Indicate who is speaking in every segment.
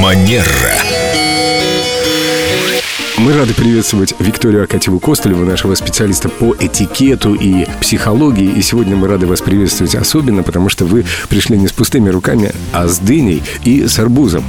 Speaker 1: Премьера.
Speaker 2: Мы рады приветствовать Викторию Акатьеву Костолеву, нашего специалиста по этикету и психологии. И сегодня мы рады вас приветствовать особенно, потому что вы пришли не с пустыми руками, а с дыней и с арбузом.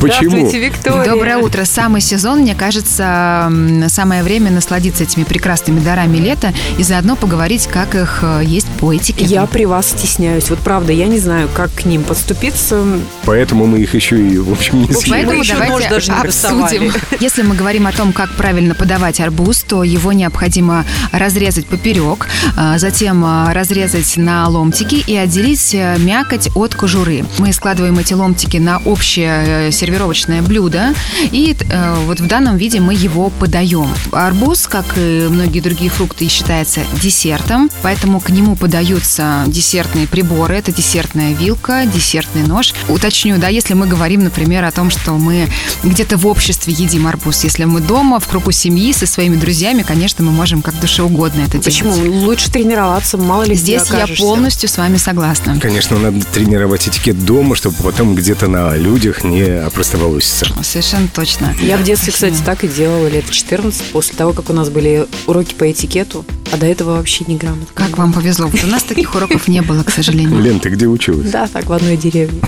Speaker 2: Почему?
Speaker 3: Здравствуйте, Виктория.
Speaker 4: Доброе утро. Самый сезон, мне кажется, м, самое время насладиться этими прекрасными дарами лета и заодно поговорить, как их э, есть по этикету.
Speaker 3: Я при вас стесняюсь. Вот правда, я не знаю, как к ним подступиться.
Speaker 2: Поэтому мы их еще и, в общем, не съели.
Speaker 3: Вы
Speaker 4: Поэтому
Speaker 3: еще нож
Speaker 4: давайте
Speaker 3: даже не
Speaker 4: обсудим. Если мы говорим о том, как правильно подавать арбуз, то его необходимо разрезать поперек, а, затем а, разрезать на ломтики и отделить э, мякоть от кожуры. Мы складываем эти ломтики на общее э, сервировочное блюдо, и э, вот в данном виде мы его подаем. А Арбуз, как и многие другие фрукты, считается десертом, поэтому к нему подаются десертные приборы. Это десертная вилка, десертный нож. Уточню, да, если мы говорим, например, о том, что мы где-то в обществе едим арбуз. Если мы дома, в кругу семьи, со своими друзьями, конечно, мы можем как душеугодно это делать.
Speaker 3: Почему? Лучше тренироваться, мало ли где
Speaker 4: Здесь я
Speaker 3: окажешься.
Speaker 4: полностью с вами согласна.
Speaker 2: Конечно, надо тренировать этикет дома, чтобы потом где-то на людях не опростоволоситься.
Speaker 4: Совершенно точно.
Speaker 3: Я в детстве,
Speaker 4: Почему?
Speaker 3: кстати, так и делала, лет 14, после того, как у нас были уроки по этикету, а до этого вообще не грамотно.
Speaker 4: Как вам повезло. Вот у нас таких уроков не было, к сожалению.
Speaker 2: Лен, ты где училась?
Speaker 3: Да, так, в одной деревне.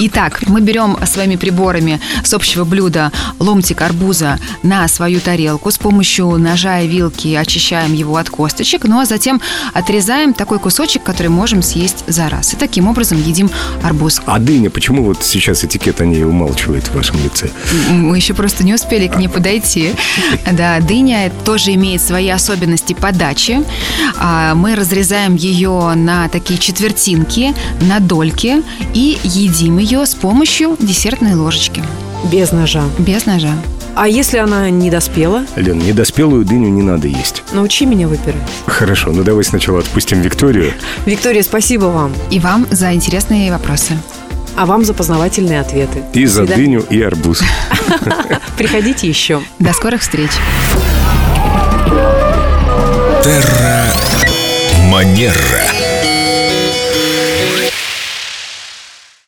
Speaker 4: Итак, мы берем своими приборами с общего блюда ломтик арбуза на свою тарелку. С помощью ножа и вилки очищаем его от косточек, ну а затем отрезаем такой кусочек, который можем съесть за раз. И таким образом едим арбуз.
Speaker 2: А дыня, почему вот сейчас этикет о ней умалчивает в вашем лице?
Speaker 4: Мы еще просто не успели к ней подойти. Да, дыня тоже имеет свои особенности подачи. А, Мы разрезаем ее на такие четвертинки, на дольки и едим ее с помощью десертной ложечки.
Speaker 3: Без ножа.
Speaker 4: Без ножа.
Speaker 3: А если она не доспела,
Speaker 2: Лен, недоспелую дыню не надо есть.
Speaker 3: научи меня выпирать.
Speaker 2: Хорошо, ну давай сначала отпустим Викторию.
Speaker 3: Виктория, спасибо вам.
Speaker 4: И вам за интересные вопросы.
Speaker 3: А вам за познавательные ответы.
Speaker 2: И за
Speaker 3: Всегда.
Speaker 2: дыню, и арбуз.
Speaker 3: Приходите еще.
Speaker 4: До скорых встреч!
Speaker 1: Манера.